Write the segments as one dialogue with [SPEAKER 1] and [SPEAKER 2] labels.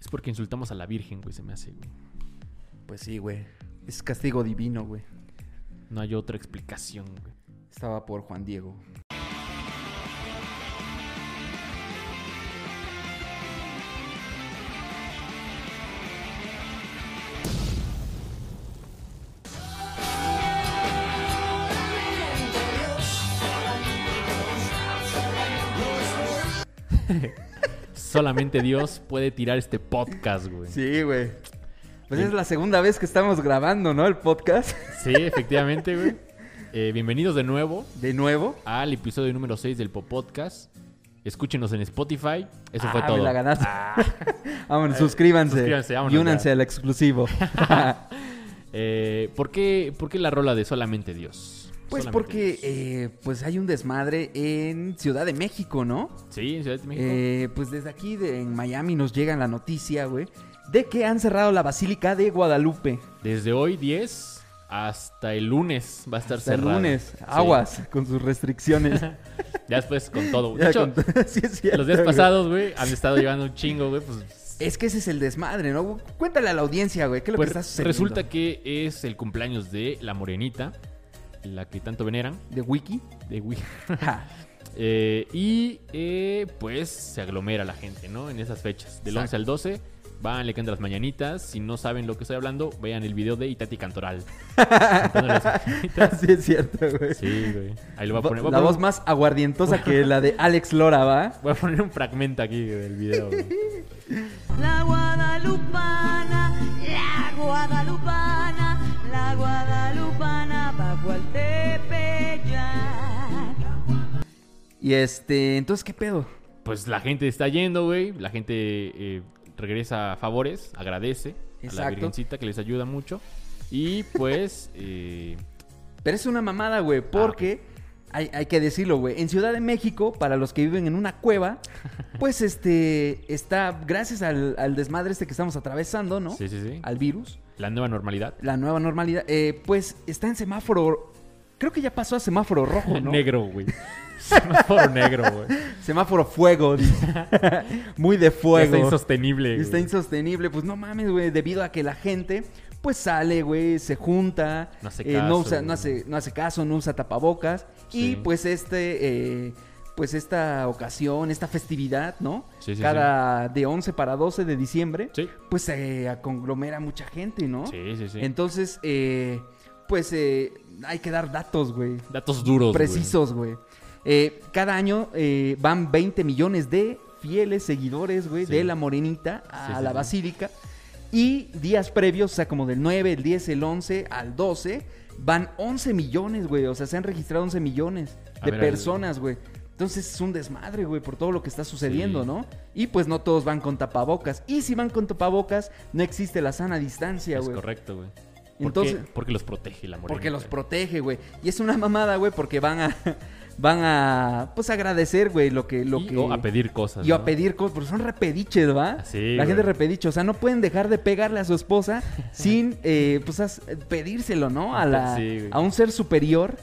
[SPEAKER 1] Es porque insultamos a la Virgen, güey, se me hace, güey.
[SPEAKER 2] Pues sí, güey. Es castigo divino, güey.
[SPEAKER 1] No hay otra explicación, güey.
[SPEAKER 2] Estaba por Juan Diego.
[SPEAKER 1] Solamente Dios puede tirar este podcast, güey. Sí,
[SPEAKER 2] Sí, güey. Pues es la segunda vez que estamos grabando, ¿no? El podcast.
[SPEAKER 1] efectivamente, güey. Eh, bienvenidos de nuevo
[SPEAKER 2] De nuevo.
[SPEAKER 1] al episodio número 6 del Popodcast. Escúchenos en Spotify. Eso fue
[SPEAKER 2] Ah,
[SPEAKER 1] todo.
[SPEAKER 2] Me la ganaste. Vámonos, suscríbanse.
[SPEAKER 1] suscríbanse, vámonos,
[SPEAKER 2] y únanse
[SPEAKER 1] ya.
[SPEAKER 2] al exclusivo.
[SPEAKER 1] Eh, ¿por, qué, por qué la rola de Solamente Dios?
[SPEAKER 2] pues
[SPEAKER 1] Solamente
[SPEAKER 2] porque
[SPEAKER 1] Dios.
[SPEAKER 2] eh, pues hay un desmadre en Ciudad de México, ¿no?
[SPEAKER 1] Sí, en Ciudad de México.
[SPEAKER 2] Eh, pues desde aquí de- en Miami nos llega la noticia, güey, de que han cerrado la Basílica de Guadalupe.
[SPEAKER 1] Desde hoy 10 hasta el lunes va a estar
[SPEAKER 2] Hasta el
[SPEAKER 1] cerrado.
[SPEAKER 2] lunes,
[SPEAKER 1] Sí.
[SPEAKER 2] aguas con sus restricciones.
[SPEAKER 1] Ya después con todo. De
[SPEAKER 2] Ya
[SPEAKER 1] hecho,
[SPEAKER 2] con- Sí, es cierto,
[SPEAKER 1] los días
[SPEAKER 2] güey.
[SPEAKER 1] pasados, güey, han estado llevando un chingo, güey, pues
[SPEAKER 2] Es que ese es el desmadre, ¿no? Cuéntale a la audiencia, güey, ¿qué es lo
[SPEAKER 1] Pues
[SPEAKER 2] que está sucediendo?
[SPEAKER 1] resulta que es el cumpleaños de la morenita, la que tanto veneran,
[SPEAKER 2] ¿De Wiki?
[SPEAKER 1] de Wii.
[SPEAKER 2] Ja,
[SPEAKER 1] Eh, y eh, pues se aglomera la gente, ¿no? En esas fechas, del
[SPEAKER 2] Exacto.
[SPEAKER 1] 11 al 12. Van, le cantan las mañanitas. Si no saben lo que estoy hablando, vean el video de Itati Cantoral. Cantando las mañanitas.
[SPEAKER 2] sí, es cierto, güey.
[SPEAKER 1] Sí, güey. Ahí lo voy a poner. Voy a
[SPEAKER 2] La
[SPEAKER 1] poner
[SPEAKER 2] voz
[SPEAKER 1] un-
[SPEAKER 2] más aguardientosa que la de Alex Lora, ¿va?
[SPEAKER 1] Voy a poner un fragmento aquí del video. güey.
[SPEAKER 3] La guadalupana, la guadalupana, la guadalupana bajo al Tepeyac.
[SPEAKER 2] Y este, entonces, ¿qué pedo?
[SPEAKER 1] Pues la gente está yendo, güey. La gente eh, regresa favores, agradece a la
[SPEAKER 2] Exacto.
[SPEAKER 1] Virgencita que les ayuda mucho. Y pues, eh,
[SPEAKER 2] Pero es una mamada, güey, porque
[SPEAKER 1] Ah.
[SPEAKER 2] hay, hay que decirlo, güey. En Ciudad de México, para los que viven en una cueva, pues este está, gracias al, al desmadre este que estamos atravesando, ¿no?
[SPEAKER 1] sí, sí, sí.
[SPEAKER 2] Al virus,
[SPEAKER 1] La nueva normalidad.
[SPEAKER 2] la nueva normalidad, eh, pues está en semáforo. Creo que ya pasó a semáforo rojo, Ah, ¿no?
[SPEAKER 1] Negro, güey. Semáforo negro, güey.
[SPEAKER 2] Semáforo fuego. dice. Muy de
[SPEAKER 1] Ya
[SPEAKER 2] fuego.
[SPEAKER 1] Está insostenible,
[SPEAKER 2] Está
[SPEAKER 1] güey.
[SPEAKER 2] insostenible, pues no mames, güey, debido a que la gente pues sale, güey, se junta,
[SPEAKER 1] No hace
[SPEAKER 2] eh, no,
[SPEAKER 1] caso,
[SPEAKER 2] usa, no,
[SPEAKER 1] güey.
[SPEAKER 2] hace, no hace caso, no usa tapabocas y
[SPEAKER 1] Sí.
[SPEAKER 2] pues este, eh, pues esta ocasión, esta festividad, ¿no?
[SPEAKER 1] Sí, sí,
[SPEAKER 2] Cada de 11 para 12 de diciembre,
[SPEAKER 1] Sí.
[SPEAKER 2] pues se conglomera mucha gente, ¿no?
[SPEAKER 1] Sí, sí, sí.
[SPEAKER 2] Entonces, eh, pues eh, hay que dar datos, güey,
[SPEAKER 1] Datos duros, güey.
[SPEAKER 2] precisos, güey. Eh, cada año eh, van 20 millones de fieles seguidores, güey,
[SPEAKER 1] Sí.
[SPEAKER 2] de la Morenita a
[SPEAKER 1] Sí, sí,
[SPEAKER 2] la
[SPEAKER 1] sí.
[SPEAKER 2] Basílica. Y días previos, o sea, como del 9, el 10, el 11 al 12, van 11 millones, güey. O sea, se han registrado 11 millones
[SPEAKER 1] A
[SPEAKER 2] de
[SPEAKER 1] ver, a ver.
[SPEAKER 2] personas, güey. Entonces es un desmadre, güey, por todo lo que está sucediendo,
[SPEAKER 1] Sí.
[SPEAKER 2] ¿no? Y pues no todos van con tapabocas. Y si van con tapabocas, no existe la sana distancia,
[SPEAKER 1] Es
[SPEAKER 2] güey.
[SPEAKER 1] correcto, güey. Entonces...
[SPEAKER 2] Entonces-
[SPEAKER 1] Porque, los protege la morenita.
[SPEAKER 2] Porque los protege, güey. Y es una mamada, güey, porque van a. Van a. Pues agradecer, güey, lo que. Lo
[SPEAKER 1] Y-
[SPEAKER 2] que
[SPEAKER 1] o a pedir cosas,
[SPEAKER 2] Y o a
[SPEAKER 1] ¿no? Ah,
[SPEAKER 2] pedir cosas. Porque son repediches, ¿va?
[SPEAKER 1] Sí,
[SPEAKER 2] La gente
[SPEAKER 1] güey.
[SPEAKER 2] repediche. O sea, no pueden dejar de pegarle a su esposa sin. eh, pues as- pedírselo, ¿no? A, la,
[SPEAKER 1] Ah, Sí, güey.
[SPEAKER 2] a un ser superior,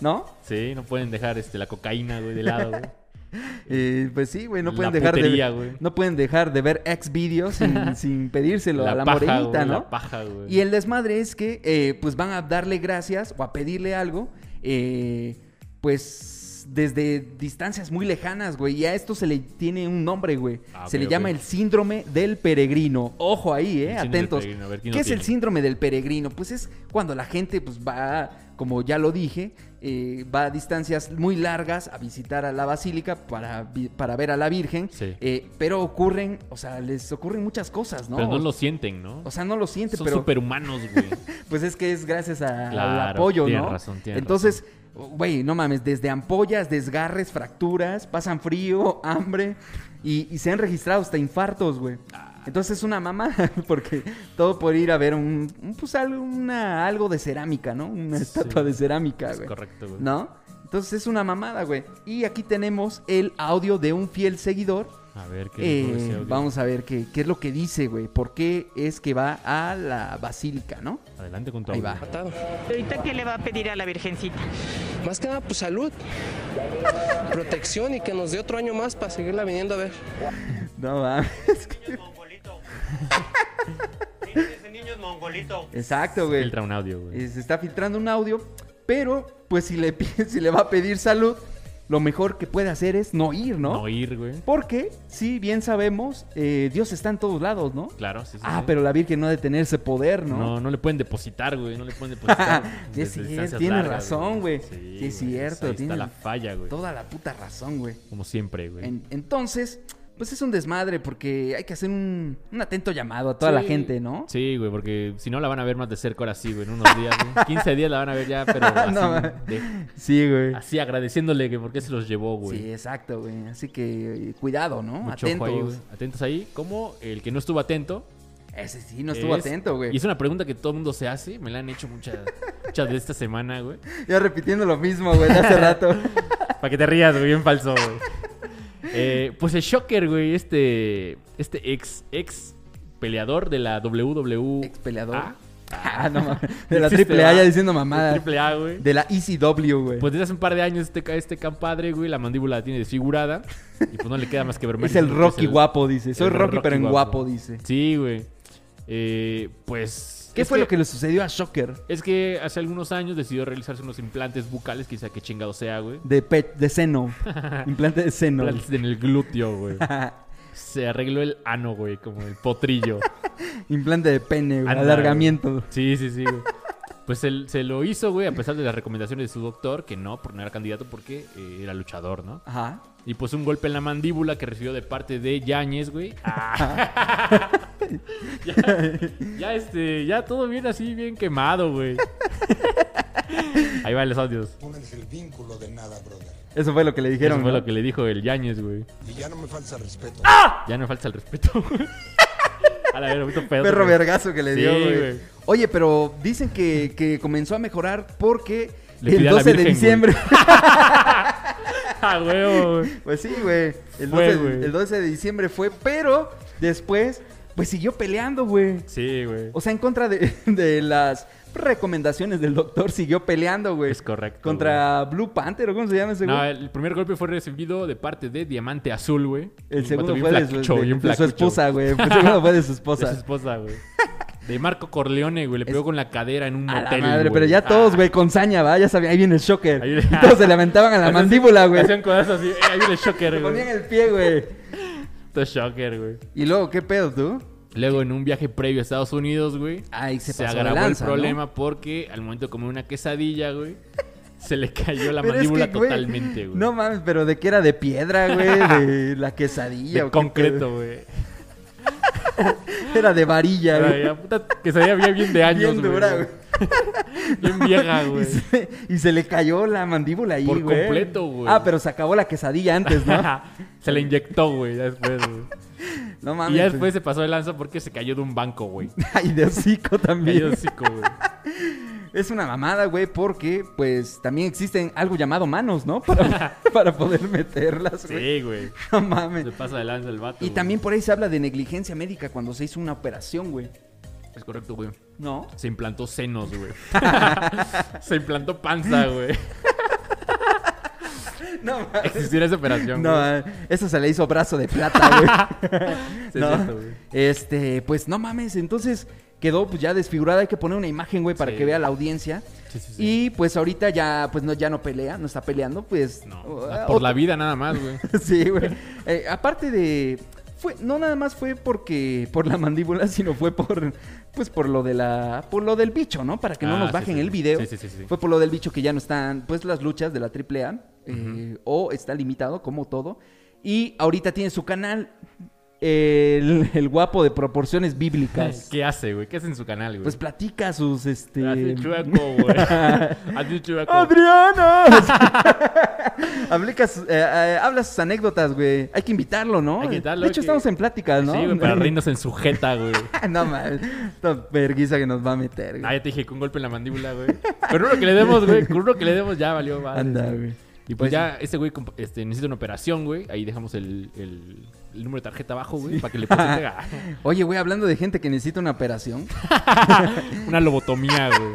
[SPEAKER 2] ¿no?
[SPEAKER 1] Sí, no pueden dejar este, la cocaína, güey, de lado, güey.
[SPEAKER 2] Eh, pues sí, güey, no
[SPEAKER 1] La
[SPEAKER 2] pueden dejar
[SPEAKER 1] putería,
[SPEAKER 2] de.
[SPEAKER 1] güey.
[SPEAKER 2] No pueden dejar de ver ex vídeos sin, sin pedírselo a la morenita,
[SPEAKER 1] güey,
[SPEAKER 2] ¿no?
[SPEAKER 1] La paja, güey.
[SPEAKER 2] Y el desmadre es que, eh, pues van a darle gracias o a pedirle algo, eh, pues desde distancias muy lejanas, güey. Y a esto se le tiene un nombre, güey.
[SPEAKER 1] Ah,
[SPEAKER 2] se
[SPEAKER 1] ok,
[SPEAKER 2] le llama
[SPEAKER 1] ok.
[SPEAKER 2] el síndrome del peregrino. Ojo ahí,
[SPEAKER 1] El
[SPEAKER 2] eh,
[SPEAKER 1] síndrome del
[SPEAKER 2] atentos.
[SPEAKER 1] peregrino, a ver,
[SPEAKER 2] ¿Qué
[SPEAKER 1] ¿quién lo
[SPEAKER 2] es el
[SPEAKER 1] tiene?
[SPEAKER 2] síndrome del peregrino? Pues es cuando la gente, pues va, como ya lo dije, eh, va a distancias muy largas a visitar a la basílica para, vi- para ver a la Virgen.
[SPEAKER 1] Sí.
[SPEAKER 2] eh, pero ocurren, o sea, les ocurren muchas cosas, ¿no?
[SPEAKER 1] Pero no lo sienten, ¿no?
[SPEAKER 2] O sea, no lo siente,
[SPEAKER 1] Son
[SPEAKER 2] pero...
[SPEAKER 1] superhumanos, güey.
[SPEAKER 2] Pues es que es gracias a- al
[SPEAKER 1] Claro,
[SPEAKER 2] apoyo,
[SPEAKER 1] tienes
[SPEAKER 2] ¿no?
[SPEAKER 1] razón, tienes
[SPEAKER 2] Entonces, güey, no mames, desde ampollas, desgarres, fracturas, pasan frío, hambre y, y se han registrado hasta infartos, güey.
[SPEAKER 1] Ah.
[SPEAKER 2] Entonces es una mamá, porque todo por ir a ver un, un, pues algo, una, algo de cerámica, ¿no? Una
[SPEAKER 1] Sí.
[SPEAKER 2] estatua de cerámica,
[SPEAKER 1] es
[SPEAKER 2] Ah, güey.
[SPEAKER 1] correcto, güey.
[SPEAKER 2] ¿No? Entonces es una mamada, güey. Y aquí tenemos el audio de un fiel seguidor.
[SPEAKER 1] A ver qué
[SPEAKER 2] Eh,
[SPEAKER 1] dijo ese audio?
[SPEAKER 2] vamos a ver qué, qué es lo que dice, güey. ¿Por qué es que va a la basílica, no?
[SPEAKER 1] Adelante con tu
[SPEAKER 2] Ahí
[SPEAKER 1] audio.
[SPEAKER 2] va.
[SPEAKER 4] Atado.
[SPEAKER 5] ¿Ahorita qué le va a pedir a la Virgencita?
[SPEAKER 4] Más que nada, pues salud, protección y que nos dé otro año más para seguirla viniendo a ver.
[SPEAKER 2] No mames.
[SPEAKER 6] Ese niño es mongolito.
[SPEAKER 2] Exacto, güey.
[SPEAKER 1] Filtra un audio, güey.
[SPEAKER 2] Eh, Se está filtrando un audio, pero pues si le, pi- si le va a pedir salud, lo mejor que puede hacer es no ir, ¿no?
[SPEAKER 1] No oír, güey.
[SPEAKER 2] Porque, si bien sabemos, eh, Dios está en todos lados, ¿no?
[SPEAKER 1] Claro, sí, sí.
[SPEAKER 2] Ah,
[SPEAKER 1] sí.
[SPEAKER 2] pero la Virgen no ha de tener ese poder, ¿no?
[SPEAKER 1] ¿no? no, le pueden depositar, güey. No le pueden depositar.
[SPEAKER 2] Sí, es
[SPEAKER 1] desde
[SPEAKER 2] cierto,
[SPEAKER 1] distancias
[SPEAKER 2] tiene
[SPEAKER 1] largas,
[SPEAKER 2] razón, güey. Sí, es
[SPEAKER 1] güey,
[SPEAKER 2] cierto,
[SPEAKER 1] Ahí
[SPEAKER 2] tiene
[SPEAKER 1] está la falla, güey.
[SPEAKER 2] Toda la puta razón, güey.
[SPEAKER 1] Como siempre, güey.
[SPEAKER 2] En- entonces, pues es un desmadre porque hay que hacer un, un atento llamado a toda la
[SPEAKER 1] Sí.
[SPEAKER 2] gente, ¿no?
[SPEAKER 1] Sí, güey, porque si no la van a ver más de cerca ahora sí, güey, en unos días, güey. 15 días la van a ver ya, pero así,
[SPEAKER 2] No,
[SPEAKER 1] de-
[SPEAKER 2] Sí, güey.
[SPEAKER 1] así agradeciéndole que por qué se los llevó, güey.
[SPEAKER 2] Sí, exacto, güey. Así que eh, cuidado, ¿no?
[SPEAKER 1] Mucho
[SPEAKER 2] Atentos.
[SPEAKER 1] ojo ahí, güey. Atentos ahí, como el que no estuvo atento.
[SPEAKER 2] Ese sí no estuvo
[SPEAKER 1] es-
[SPEAKER 2] atento, güey.
[SPEAKER 1] Y es una pregunta que todo el mundo se hace, me la han hecho muchas muchas de esta semana, güey.
[SPEAKER 2] Ya repitiendo lo mismo, güey, de hace rato.
[SPEAKER 1] Para que te rías, güey, bien falso, güey. Eh, pues el Shocker, güey, este, este ex, ex peleador de la WWE.
[SPEAKER 2] Ex peleador.
[SPEAKER 1] Ah.
[SPEAKER 2] Ah, no mames. De la
[SPEAKER 1] Existe,
[SPEAKER 2] triple A
[SPEAKER 1] ¿verdad?
[SPEAKER 2] ya diciendo mamada.
[SPEAKER 1] Triple A, güey.
[SPEAKER 2] De la ECW, güey.
[SPEAKER 1] Pues desde hace un par de años este, ca- este compadre, güey, la mandíbula la tiene desfigurada. Y pues no le queda más que verme.
[SPEAKER 2] es el Rocky guapo, dice. Soy
[SPEAKER 1] el
[SPEAKER 2] Rocky, pero en
[SPEAKER 1] Rocky
[SPEAKER 2] guapo,
[SPEAKER 1] guapo.
[SPEAKER 2] dice.
[SPEAKER 1] Sí, güey. Eh, pues...
[SPEAKER 2] ¿Qué
[SPEAKER 1] es
[SPEAKER 2] fue lo que le sucedió a Shocker?
[SPEAKER 1] Es que hace algunos años decidió realizarse unos implantes bucales, quizá que chingado sea, güey.
[SPEAKER 2] De, pe- de seno. Implante de seno.
[SPEAKER 1] Implantes en el glúteo, güey. Se arregló el ano, güey, como el potrillo.
[SPEAKER 2] Implante de pene, güey.
[SPEAKER 1] Anda,
[SPEAKER 2] Alargamiento.
[SPEAKER 1] Sí, sí, sí, Ah, güey. Pues él, se lo hizo, güey, a pesar de las recomendaciones de su doctor, que no, por no era candidato porque eh, era luchador, ¿no?
[SPEAKER 2] Ajá.
[SPEAKER 1] Y pues un golpe en la mandíbula que recibió de parte de Yáñez, güey.
[SPEAKER 2] Ah.
[SPEAKER 1] ya, ya, este, ya todo bien así, bien quemado, güey. Ahí van los audios.
[SPEAKER 7] Pones el vínculo de nada, brother.
[SPEAKER 2] Eso fue lo que le
[SPEAKER 1] Eso
[SPEAKER 2] dijeron.
[SPEAKER 1] fue
[SPEAKER 2] ¿no?
[SPEAKER 1] lo que le dijo el Yáñez, güey.
[SPEAKER 7] Y ya no me falta respeto.
[SPEAKER 1] Ya no me falta el respeto, güey. A la ver, puto pedo.
[SPEAKER 2] Perro
[SPEAKER 1] güey.
[SPEAKER 2] vergazo que le
[SPEAKER 1] Sí,
[SPEAKER 2] dio, güey.
[SPEAKER 1] güey.
[SPEAKER 2] Oye, pero dicen que, que comenzó a mejorar porque
[SPEAKER 1] Le
[SPEAKER 2] el
[SPEAKER 1] pidió a la
[SPEAKER 2] 12 de
[SPEAKER 1] Virgen,
[SPEAKER 2] diciembre.
[SPEAKER 1] Ah, huevo, güey.
[SPEAKER 2] Pues sí, güey. El,
[SPEAKER 1] Fue,
[SPEAKER 2] 12
[SPEAKER 1] güey.
[SPEAKER 2] el 12 de diciembre fue, pero después, pues siguió peleando, güey.
[SPEAKER 1] Sí, güey.
[SPEAKER 2] O sea, en contra de, de las recomendaciones del doctor, siguió peleando, güey.
[SPEAKER 1] Es correcto,
[SPEAKER 2] Contra Blue Panther, ¿o ¿cómo se llama ese güey?
[SPEAKER 1] No, el primer golpe fue recibido de parte de Diamante Azul, güey.
[SPEAKER 2] el
[SPEAKER 1] Un
[SPEAKER 2] segundo
[SPEAKER 1] vato bien
[SPEAKER 2] fue de su,
[SPEAKER 1] flacucho,
[SPEAKER 2] de-
[SPEAKER 1] bien
[SPEAKER 2] de su
[SPEAKER 1] flacucho.
[SPEAKER 2] esposa, güey. El segundo fue de su esposa.
[SPEAKER 1] De su esposa, güey. De Marco Corleone, güey. Le pegó con la cadera en un
[SPEAKER 2] A la
[SPEAKER 1] motel,
[SPEAKER 2] madre,
[SPEAKER 1] güey.
[SPEAKER 2] pero ya todos,
[SPEAKER 1] Ah.
[SPEAKER 2] güey, con saña, ¿va? Ya sabían, ahí viene el shocker.
[SPEAKER 1] Ahí-
[SPEAKER 2] Y todos se lamentaban a la
[SPEAKER 1] Hacían-
[SPEAKER 2] mandíbula, güey.
[SPEAKER 1] Hacían codazos así. eh, ahí viene el shocker,
[SPEAKER 2] Se ponían
[SPEAKER 1] güey.
[SPEAKER 2] el pie, güey.
[SPEAKER 1] Esto es shocker, güey.
[SPEAKER 2] Y luego, ¿qué pedo tú?
[SPEAKER 1] Luego, en un viaje previo a Estados Unidos, güey.
[SPEAKER 2] Ay, Ah, se pasó de
[SPEAKER 1] agravó
[SPEAKER 2] lanza,
[SPEAKER 1] el problema porque al momento de comer una quesadilla, güey, se le cayó la
[SPEAKER 2] Pero es
[SPEAKER 1] mandíbula
[SPEAKER 2] que, güey,
[SPEAKER 1] totalmente, güey.
[SPEAKER 2] No mames, pero de qué era de piedra, güey, de la quesadilla.
[SPEAKER 1] de
[SPEAKER 2] ¿o qué
[SPEAKER 1] concreto, güey.
[SPEAKER 2] pedo? Era de varilla,
[SPEAKER 1] Ay,
[SPEAKER 2] güey.
[SPEAKER 1] la puta quesadilla bien, bien de años,
[SPEAKER 2] Bien dura, güey.
[SPEAKER 1] Bien vieja,
[SPEAKER 2] Y
[SPEAKER 1] güey.
[SPEAKER 2] se, y se le cayó la mandíbula ahí, güey.
[SPEAKER 1] Por completo, güey.
[SPEAKER 2] Ah, pero se acabó la quesadilla antes, ¿no?
[SPEAKER 1] se le inyectó, güey, ya después, güey.
[SPEAKER 2] No
[SPEAKER 1] Y
[SPEAKER 2] mames. pues,
[SPEAKER 1] ya después se pasó de lanza porque se cayó de un banco, güey.
[SPEAKER 2] Ay, de hocico también.
[SPEAKER 1] Cayó de hocico, güey.
[SPEAKER 2] Es una mamada, güey, porque pues también existen algo llamado manos, ¿no? Para, para poder meterlas, güey.
[SPEAKER 1] Sí, güey.
[SPEAKER 2] No
[SPEAKER 1] Se
[SPEAKER 2] mames.
[SPEAKER 1] pasa de lanza el vato.
[SPEAKER 2] Y
[SPEAKER 1] güey.
[SPEAKER 2] también por ahí se habla de negligencia médica cuando se hizo una operación, güey.
[SPEAKER 1] Es correcto, güey.
[SPEAKER 2] ¿No?
[SPEAKER 1] Se implantó senos, güey. se implantó panza, güey.
[SPEAKER 2] No mames.
[SPEAKER 1] Existiera esa operación,
[SPEAKER 2] No,
[SPEAKER 1] güey.
[SPEAKER 2] eh, eso se le hizo brazo de plata, güey.
[SPEAKER 1] Sí, es
[SPEAKER 2] No,
[SPEAKER 1] cierto, güey.
[SPEAKER 2] Este, pues no mames, entonces quedó pues ya desfigurada, hay que poner una imagen, güey, para
[SPEAKER 1] Sí.
[SPEAKER 2] que vea la audiencia.
[SPEAKER 1] Sí, sí, sí.
[SPEAKER 2] Y pues ahorita ya pues no ya no pelea, no está peleando, pues
[SPEAKER 1] No, Ah,
[SPEAKER 2] uh,
[SPEAKER 1] por
[SPEAKER 2] ot-
[SPEAKER 1] la vida nada más, güey.
[SPEAKER 2] Sí, güey. Eh, aparte de fue no nada más fue porque por la mandíbula, sino fue por pues por lo de la por lo del bicho, ¿no? Para que no
[SPEAKER 1] Ah,
[SPEAKER 2] nos
[SPEAKER 1] sí,
[SPEAKER 2] bajen
[SPEAKER 1] sí,
[SPEAKER 2] el
[SPEAKER 1] sí.
[SPEAKER 2] video.
[SPEAKER 1] Sí, sí, sí, sí.
[SPEAKER 2] Fue por lo del bicho que ya no están pues las luchas de la AAA eh, o está limitado como todo y ahorita tiene su canal el, el guapo de proporciones bíblicas.
[SPEAKER 1] ¿Qué hace, güey? ¿Qué hace en su canal, güey?
[SPEAKER 2] Pues platica sus este
[SPEAKER 1] Así chueco, güey. Así chueco.
[SPEAKER 2] ¡Adriana! Aplica sus- eh, eh, habla sus anécdotas, güey. Hay que invitarlo, ¿no?
[SPEAKER 1] Hay que invitarlo,
[SPEAKER 2] de
[SPEAKER 1] hay
[SPEAKER 2] hecho,
[SPEAKER 1] que-
[SPEAKER 2] estamos en pláticas, ¿no?
[SPEAKER 1] Sí, güey, para reírnos en su jeta, güey.
[SPEAKER 2] no mames. Esta verguiza que nos va a meter,
[SPEAKER 1] Ah,
[SPEAKER 2] güey.
[SPEAKER 1] ya te dije, con golpe en la mandíbula, güey. Con uno que le demos, güey. Con uno que le demos ya valió, madre.
[SPEAKER 2] Anda, güey.
[SPEAKER 1] Y pues ya, este güey comp- este, necesita una operación, güey. Ahí dejamos el, el, el número de tarjeta abajo, güey, para que le presente a-
[SPEAKER 2] Oye, güey, hablando de gente que necesita una operación.
[SPEAKER 1] una lobotomía, güey.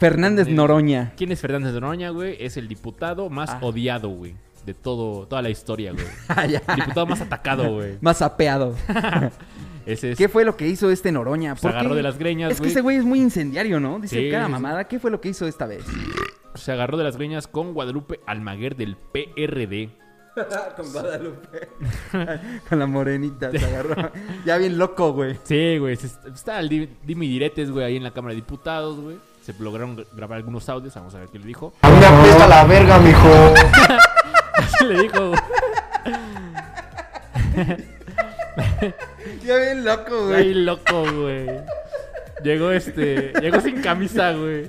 [SPEAKER 2] Fernández
[SPEAKER 1] Sí.
[SPEAKER 2] Noroña.
[SPEAKER 1] ¿Quién es Fernández de Noroña, güey? Es el diputado más odiado, güey, de todo, toda la historia, güey.
[SPEAKER 2] Ah, ya.
[SPEAKER 1] Diputado más atacado, güey.
[SPEAKER 2] Más apeado.
[SPEAKER 1] Ese es.
[SPEAKER 2] ¿Qué fue lo que hizo este Noroña?
[SPEAKER 1] Se
[SPEAKER 2] ¿Por
[SPEAKER 1] agarró
[SPEAKER 2] qué?
[SPEAKER 1] de las greñas,
[SPEAKER 2] Es que
[SPEAKER 1] güey.
[SPEAKER 2] ese güey es muy incendiario, ¿no? Dice
[SPEAKER 1] Sí,
[SPEAKER 2] cada
[SPEAKER 1] sí, sí.
[SPEAKER 2] mamada. ¿Qué fue lo que hizo esta vez?
[SPEAKER 1] Se agarró de las greñas con Guadalupe Almaguer del PRD.
[SPEAKER 2] Con Guadalupe. Con la morenita se agarró. Ya bien loco, güey.
[SPEAKER 1] Sí, güey. se- Está el di- dimi diretes, güey, ahí en la Cámara de Diputados, güey. Se lograron gra- grabar algunos audios. Vamos a ver qué le dijo.
[SPEAKER 8] A mí me apesta la verga, mijo.
[SPEAKER 1] Así le dijo, güey.
[SPEAKER 2] Ya bien
[SPEAKER 1] Ay,
[SPEAKER 2] loco, güey.
[SPEAKER 1] loco, güey. Llegó este. Llegó sin camisa, güey.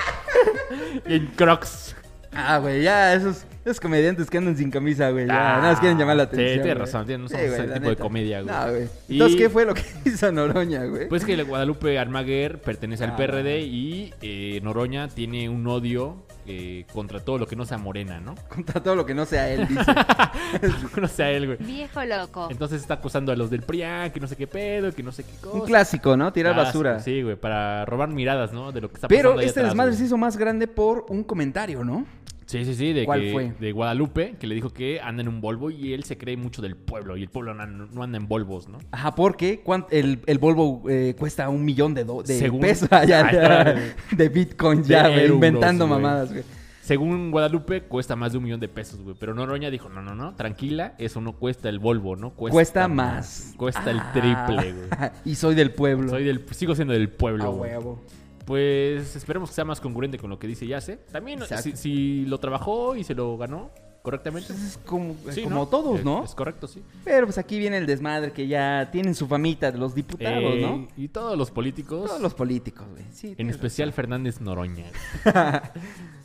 [SPEAKER 1] Y en crocs.
[SPEAKER 2] Ah, güey, ya esos, esos comediantes que andan sin camisa, güey. Ya,
[SPEAKER 1] Ah,
[SPEAKER 2] nada más quieren llamar la
[SPEAKER 1] sí,
[SPEAKER 2] atención.
[SPEAKER 1] tienes
[SPEAKER 2] güey.
[SPEAKER 1] razón, tienes- no somos
[SPEAKER 2] güey,
[SPEAKER 1] ese
[SPEAKER 2] la
[SPEAKER 1] tipo de comedia, güey.
[SPEAKER 2] No, güey.
[SPEAKER 1] Y-
[SPEAKER 2] Entonces, ¿qué fue lo que hizo Noroña, güey?
[SPEAKER 1] Pues que Guadalupe Almaguer pertenece al
[SPEAKER 2] Ah.
[SPEAKER 1] PRD y eh, Noroña tiene un odio eh, contra todo lo que no sea morena, ¿no?
[SPEAKER 2] Contra todo lo que no sea él, dice.
[SPEAKER 1] no sea él, güey.
[SPEAKER 9] Viejo loco.
[SPEAKER 1] Entonces está acusando a los del PRIAN, que no sé qué pedo, que no sé qué cosa.
[SPEAKER 2] Un clásico, ¿no? Tirar
[SPEAKER 1] Clásico,
[SPEAKER 2] basura.
[SPEAKER 1] Ah, Sí, güey, para robar miradas, ¿no? De lo que está pasando.
[SPEAKER 2] Pero
[SPEAKER 1] ahí
[SPEAKER 2] este
[SPEAKER 1] atrás,
[SPEAKER 2] desmadre
[SPEAKER 1] güey.
[SPEAKER 2] se hizo más grande por un comentario, ¿no?
[SPEAKER 1] Sí, sí, sí, de,
[SPEAKER 2] ¿Cuál
[SPEAKER 1] que-
[SPEAKER 2] fue?
[SPEAKER 1] de Guadalupe, que le dijo que anda en un Volvo y él se cree mucho del pueblo y el pueblo no, no anda en Volvos, ¿no?
[SPEAKER 2] Ajá, porque cuan- el, el Volvo eh, cuesta un millón de, do- de
[SPEAKER 1] Según-
[SPEAKER 2] pesos Ah, ya,
[SPEAKER 1] Ay,
[SPEAKER 2] ya,
[SPEAKER 1] no, güey.
[SPEAKER 2] de Bitcoin, ya,
[SPEAKER 1] De
[SPEAKER 2] güey,
[SPEAKER 1] euros,
[SPEAKER 2] inventando
[SPEAKER 1] güey.
[SPEAKER 2] mamadas, güey.
[SPEAKER 1] Según Guadalupe, cuesta más de un millón de pesos, güey. Pero Noroña dijo, no, no, no, tranquila, eso no cuesta el Volvo, ¿no?
[SPEAKER 2] Cuesta, más.
[SPEAKER 1] Cuesta el
[SPEAKER 2] Ah,
[SPEAKER 1] triple, güey.
[SPEAKER 2] Y soy del pueblo.
[SPEAKER 1] Soy del, sigo siendo del pueblo.
[SPEAKER 2] A
[SPEAKER 1] güey.
[SPEAKER 2] huevo.
[SPEAKER 1] Pues esperemos que sea más congruente con lo que dice Yace. También
[SPEAKER 2] Exacto.
[SPEAKER 1] si, si lo trabajó y se lo ganó correctamente.
[SPEAKER 2] Entonces, es como, eh,
[SPEAKER 1] Sí,
[SPEAKER 2] como
[SPEAKER 1] ¿no?
[SPEAKER 2] todos,
[SPEAKER 1] Es-
[SPEAKER 2] ¿no?
[SPEAKER 1] Es correcto, sí.
[SPEAKER 2] Pero pues aquí viene el desmadre que ya tienen su famita de los diputados,
[SPEAKER 1] Eh,
[SPEAKER 2] ¿no?
[SPEAKER 1] Y todos los políticos,
[SPEAKER 2] Todos los políticos, güey. Sí,
[SPEAKER 1] en
[SPEAKER 2] tienes
[SPEAKER 1] especial Fernández Noroña. güey.
[SPEAKER 2] razón.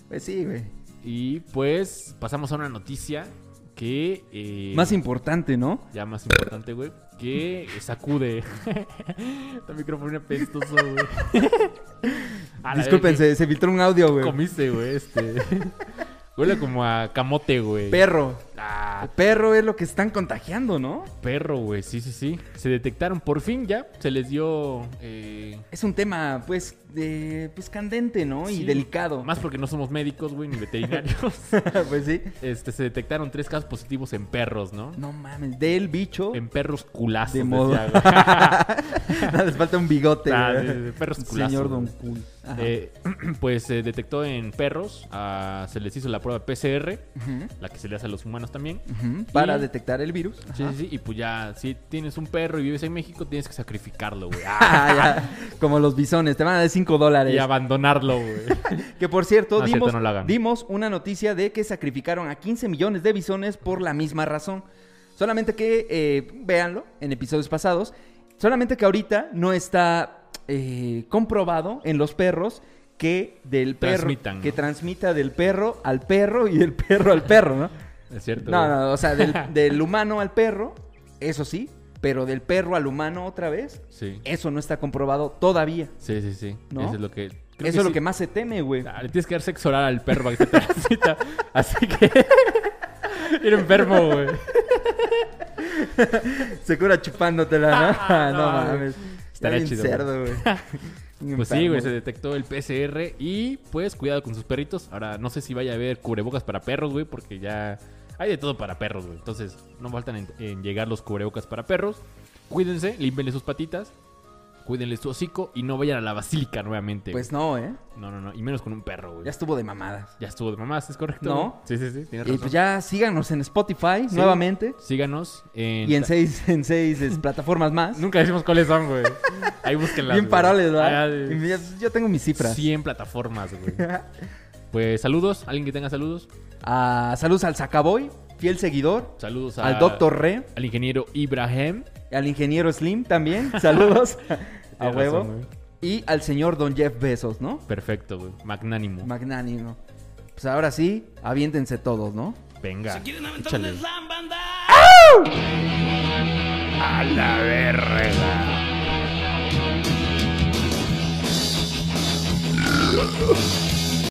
[SPEAKER 2] pues sí, güey.
[SPEAKER 1] Y pues pasamos a una noticia que... eh,
[SPEAKER 2] Más importante, ¿no?
[SPEAKER 1] Ya más importante, güey. Que sacude. Este micrófono es apestoso, güey. A la
[SPEAKER 2] Discúlpense,
[SPEAKER 1] vez
[SPEAKER 2] se filtró un audio,
[SPEAKER 1] que
[SPEAKER 2] güey.
[SPEAKER 1] Comiste, güey, este. Huele como a camote, güey.
[SPEAKER 2] Perro.
[SPEAKER 1] Ah,
[SPEAKER 2] El perro es lo que están contagiando, ¿no?
[SPEAKER 1] perro, güey. Sí, sí, sí. Se detectaron por fin ya. Se les dio... eh,
[SPEAKER 2] Es un tema, pues, de, pues candente, ¿no?
[SPEAKER 1] sí,
[SPEAKER 2] Y delicado.
[SPEAKER 1] Más porque no somos médicos, güey, ni veterinarios.
[SPEAKER 2] pues sí.
[SPEAKER 1] este, se detectaron tres casos positivos en perros, ¿no?
[SPEAKER 2] No mames, del bicho.
[SPEAKER 1] En perros culazos.
[SPEAKER 2] De modo.
[SPEAKER 1] decía, güey.
[SPEAKER 2] Nada, les falta un bigote.
[SPEAKER 1] Ah,
[SPEAKER 2] güey.
[SPEAKER 1] sí, sí, perros culazos,
[SPEAKER 2] Señor Don
[SPEAKER 1] güey.
[SPEAKER 2] Cool. Ajá.
[SPEAKER 1] Eh, pues se detectó en perros, ah, se les hizo la prueba PCR, la que se le hace a los humanos también.
[SPEAKER 2] Ujú, Para
[SPEAKER 1] y-
[SPEAKER 2] detectar el virus.
[SPEAKER 1] Sí,
[SPEAKER 2] Ajá.
[SPEAKER 1] sí, sí, y pues ya, si tienes un perro y vives en México, tienes que sacrificarlo, güey. Ah,
[SPEAKER 2] Ah, ya. Como los bisones, te van a dar 5 dólares.
[SPEAKER 1] y abandonarlo, güey.
[SPEAKER 2] Que por cierto,
[SPEAKER 1] No, es
[SPEAKER 2] dimos,
[SPEAKER 1] cierto, no lo hagan.
[SPEAKER 2] dimos una noticia de que sacrificaron a 15 millones de bisones por la misma razón. Solamente que, eh, véanlo, en episodios pasados, solamente que ahorita no está eh, comprobado en los perros que del perro
[SPEAKER 1] Transmitan,
[SPEAKER 2] que
[SPEAKER 1] ¿no?
[SPEAKER 2] transmita del perro al perro y del perro al perro, ¿no?
[SPEAKER 1] Es cierto.
[SPEAKER 2] No,
[SPEAKER 1] güey.
[SPEAKER 2] no, o sea, del, del humano al perro, eso sí, pero del perro al humano otra vez,
[SPEAKER 1] Sí,
[SPEAKER 2] eso no está comprobado todavía.
[SPEAKER 1] sí, sí, sí.
[SPEAKER 2] ¿No?
[SPEAKER 1] Eso es lo que... creo
[SPEAKER 2] eso es lo
[SPEAKER 1] sí.
[SPEAKER 2] que más se teme, güey.
[SPEAKER 1] Ah, le tienes que dar sexo oral al perro para que te transmita. Así que... Era enfermo, güey.
[SPEAKER 2] Se cura chupándotela, ¿no? Ah, no,
[SPEAKER 1] no,
[SPEAKER 2] mames.
[SPEAKER 1] Estaría
[SPEAKER 2] Está bien
[SPEAKER 1] chido,
[SPEAKER 2] cerdo, güey. Bien
[SPEAKER 1] Pues sí, güey,
[SPEAKER 2] enfermo.
[SPEAKER 1] se detectó el PCR y pues cuidado con sus perritos. Ahora no sé si vaya a haber cubrebocas para perros, güey, porque ya hay de todo para perros, güey. Entonces no faltan en, en llegar los cubrebocas para perros. Cuídense, límpenle sus patitas, cuídenle su hocico y no vayan a la basílica nuevamente.
[SPEAKER 2] Pues no, ¿eh?
[SPEAKER 1] güey. no, no, no, y menos con un perro, güey. Ya,
[SPEAKER 2] Ya estuvo de mamadas.
[SPEAKER 1] estuvo de mamás, ¿es correcto?
[SPEAKER 2] ¿No?
[SPEAKER 1] güey? Sí, sí, sí, tienes
[SPEAKER 2] Y
[SPEAKER 1] razón.
[SPEAKER 2] pues ya síganos en Spotify
[SPEAKER 1] Sí.
[SPEAKER 2] nuevamente.
[SPEAKER 1] Síganos en...
[SPEAKER 2] Y en seis, en seis es, plataformas más.
[SPEAKER 1] Nunca decimos cuáles son, güey. Ahí búsquenlas.
[SPEAKER 2] bien
[SPEAKER 1] güey.
[SPEAKER 2] paroles,
[SPEAKER 1] Ah,
[SPEAKER 2] ¿verdad?
[SPEAKER 1] de-
[SPEAKER 2] Y mira, Yo tengo mis cifras.
[SPEAKER 1] 100 plataformas, güey. Pues saludos, alguien que tenga saludos.
[SPEAKER 2] Ah, saludos al Sacaboy, fiel seguidor.
[SPEAKER 1] Saludos a-
[SPEAKER 2] Al Doctor Re.
[SPEAKER 1] al ingeniero Ibrahim.
[SPEAKER 2] Al ingeniero Slim también. Saludos. a
[SPEAKER 1] Tienes
[SPEAKER 2] huevo.
[SPEAKER 1] razón, güey.
[SPEAKER 2] y al señor Don Jeff Bezos, ¿no?
[SPEAKER 1] Perfecto, güey. Magnánimo.
[SPEAKER 2] Magnánimo. Pues ahora sí, aviéntense todos, ¿no?
[SPEAKER 1] Venga. Échale.